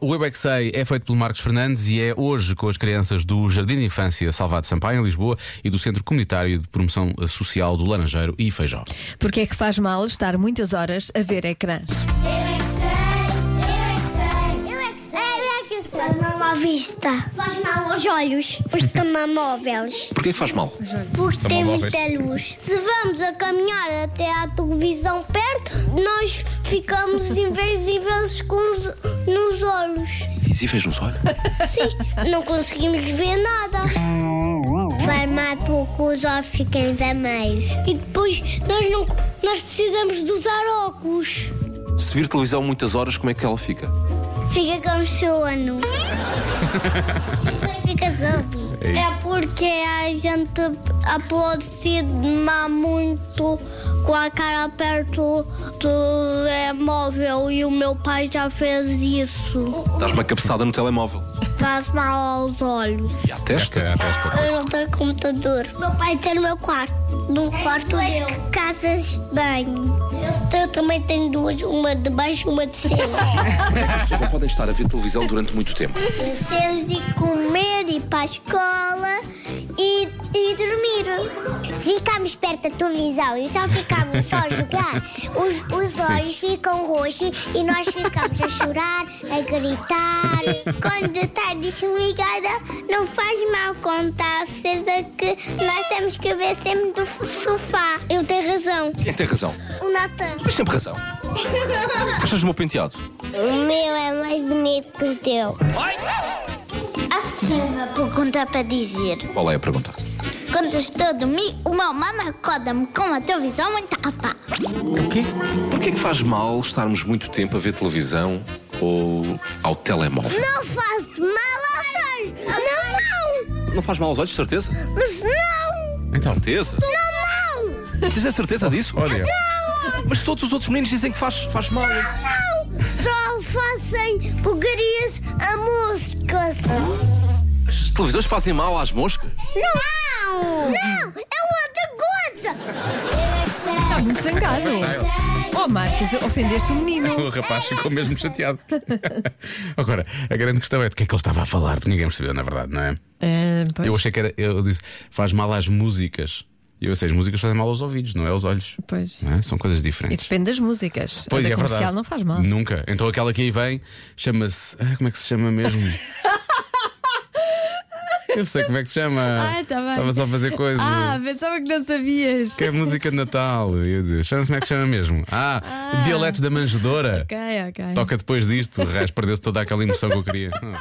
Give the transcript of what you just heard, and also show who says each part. Speaker 1: O Eu é que Sei é feito pelo Marcos Fernandes e é hoje com as crianças do Jardim de Infância Salvado Sampaio, em Lisboa, e do Centro Comunitário de Promoção Social do Laranjeiro e Feijó.
Speaker 2: Porque é que faz mal estar muitas horas a ver ecrãs?
Speaker 3: Eu é que sei, eu é que sei, eu é que sei, eu é que sei. Faz mal à vista. Faz mal aos olhos. Os telemóveis.
Speaker 4: Porquê que faz mal?
Speaker 3: Porque tem
Speaker 4: Telemóveis.
Speaker 3: muita luz. Se vamos a caminhar até à televisão perto, nós ficamos invisíveis com os, nos olhos.
Speaker 4: Invisíveis nos olhos?
Speaker 3: Sim, não conseguimos ver nada. Vai mal porque os olhos ficam vermelhos. E depois nós, não, nós precisamos de usar óculos.
Speaker 4: Se vir televisão muitas horas, como é que ela fica?
Speaker 3: Fica com sono. Fica sono.
Speaker 1: É isso.
Speaker 3: É porque a gente aproxima muito com a cara perto do telemóvel e o meu pai já fez isso.
Speaker 4: Dás uma cabeçada no telemóvel.
Speaker 3: Faz mal aos olhos.
Speaker 4: E à testa?
Speaker 3: Eu não tenho computador. Meu pai tem no meu quarto. No quarto duas casas de banho. Eu, também tenho duas, uma de baixo e uma de cima.
Speaker 4: As pessoas não podem estar a ver televisão durante muito tempo.
Speaker 3: Temos de comer, ir para a escola e, e dormir. Se ficarmos perto da televisão e só ficarmos só a jogar, os, os olhos ficam roxos e nós ficamos a chorar, a gritar. Quando está desligada, não faz mal contar, acesa que nós temos que ver sempre do sofá. Eu tenho razão.
Speaker 4: Quem é que tem razão?
Speaker 3: O Natan.
Speaker 4: Tens sempre razão. Achas do meu penteado?
Speaker 3: O meu é mais bonito que o teu. Acho que tem uma pergunta para dizer.
Speaker 4: Qual é a pergunta?
Speaker 3: Quando estou a dormir, o meu mano acorda-me com a televisão muito alta.
Speaker 4: Porquê que faz mal estarmos muito tempo a ver televisão ou ao telemóvel?
Speaker 3: Não faz mal aos olhos! Não, não!
Speaker 4: Não faz mal aos olhos, de certeza?
Speaker 3: Mas não!
Speaker 1: Então,
Speaker 4: Certeza?
Speaker 3: Não, não!
Speaker 4: Tens a certeza disso?
Speaker 1: olha,
Speaker 4: Mas todos os outros meninos dizem que faz, faz mal.
Speaker 3: Não! Só fazem porcarias a músicas.
Speaker 4: As televisões fazem mal às moscas?
Speaker 3: Não! Não! É outra coisa!
Speaker 2: Está muito zangado. Oh, Marcos, ofendeste o menino.
Speaker 1: o rapaz ficou mesmo chateado. Agora, a grande questão é do que é que ele estava a falar, porque ninguém percebeu, na verdade, não é?
Speaker 2: Ah, pois,
Speaker 1: Eu achei que era, eu disse, faz mal às músicas. E eu sei, as músicas fazem mal aos ouvidos, não é aos olhos.
Speaker 2: pois.
Speaker 1: Não é? São coisas
Speaker 2: E
Speaker 1: diferentes.
Speaker 2: depende das músicas. a da comercial não faz mal.
Speaker 1: é, Nunca. Então aquela que aí vem chama-se. Ah, como é que se chama mesmo? Eu sei como é que se chama.
Speaker 2: Ah, tá bem.
Speaker 1: Estava só a fazer coisa.
Speaker 2: Ah, pensava que não sabias.
Speaker 1: Que é música de Natal. Eu ia dizer, chama-se como é que se chama mesmo? Ah,
Speaker 2: Ah.
Speaker 1: Dialetos da Manjedora.
Speaker 2: Ok, ok.
Speaker 1: Tá Toca depois disto. O resto perdeu-se toda aquela emoção que eu queria.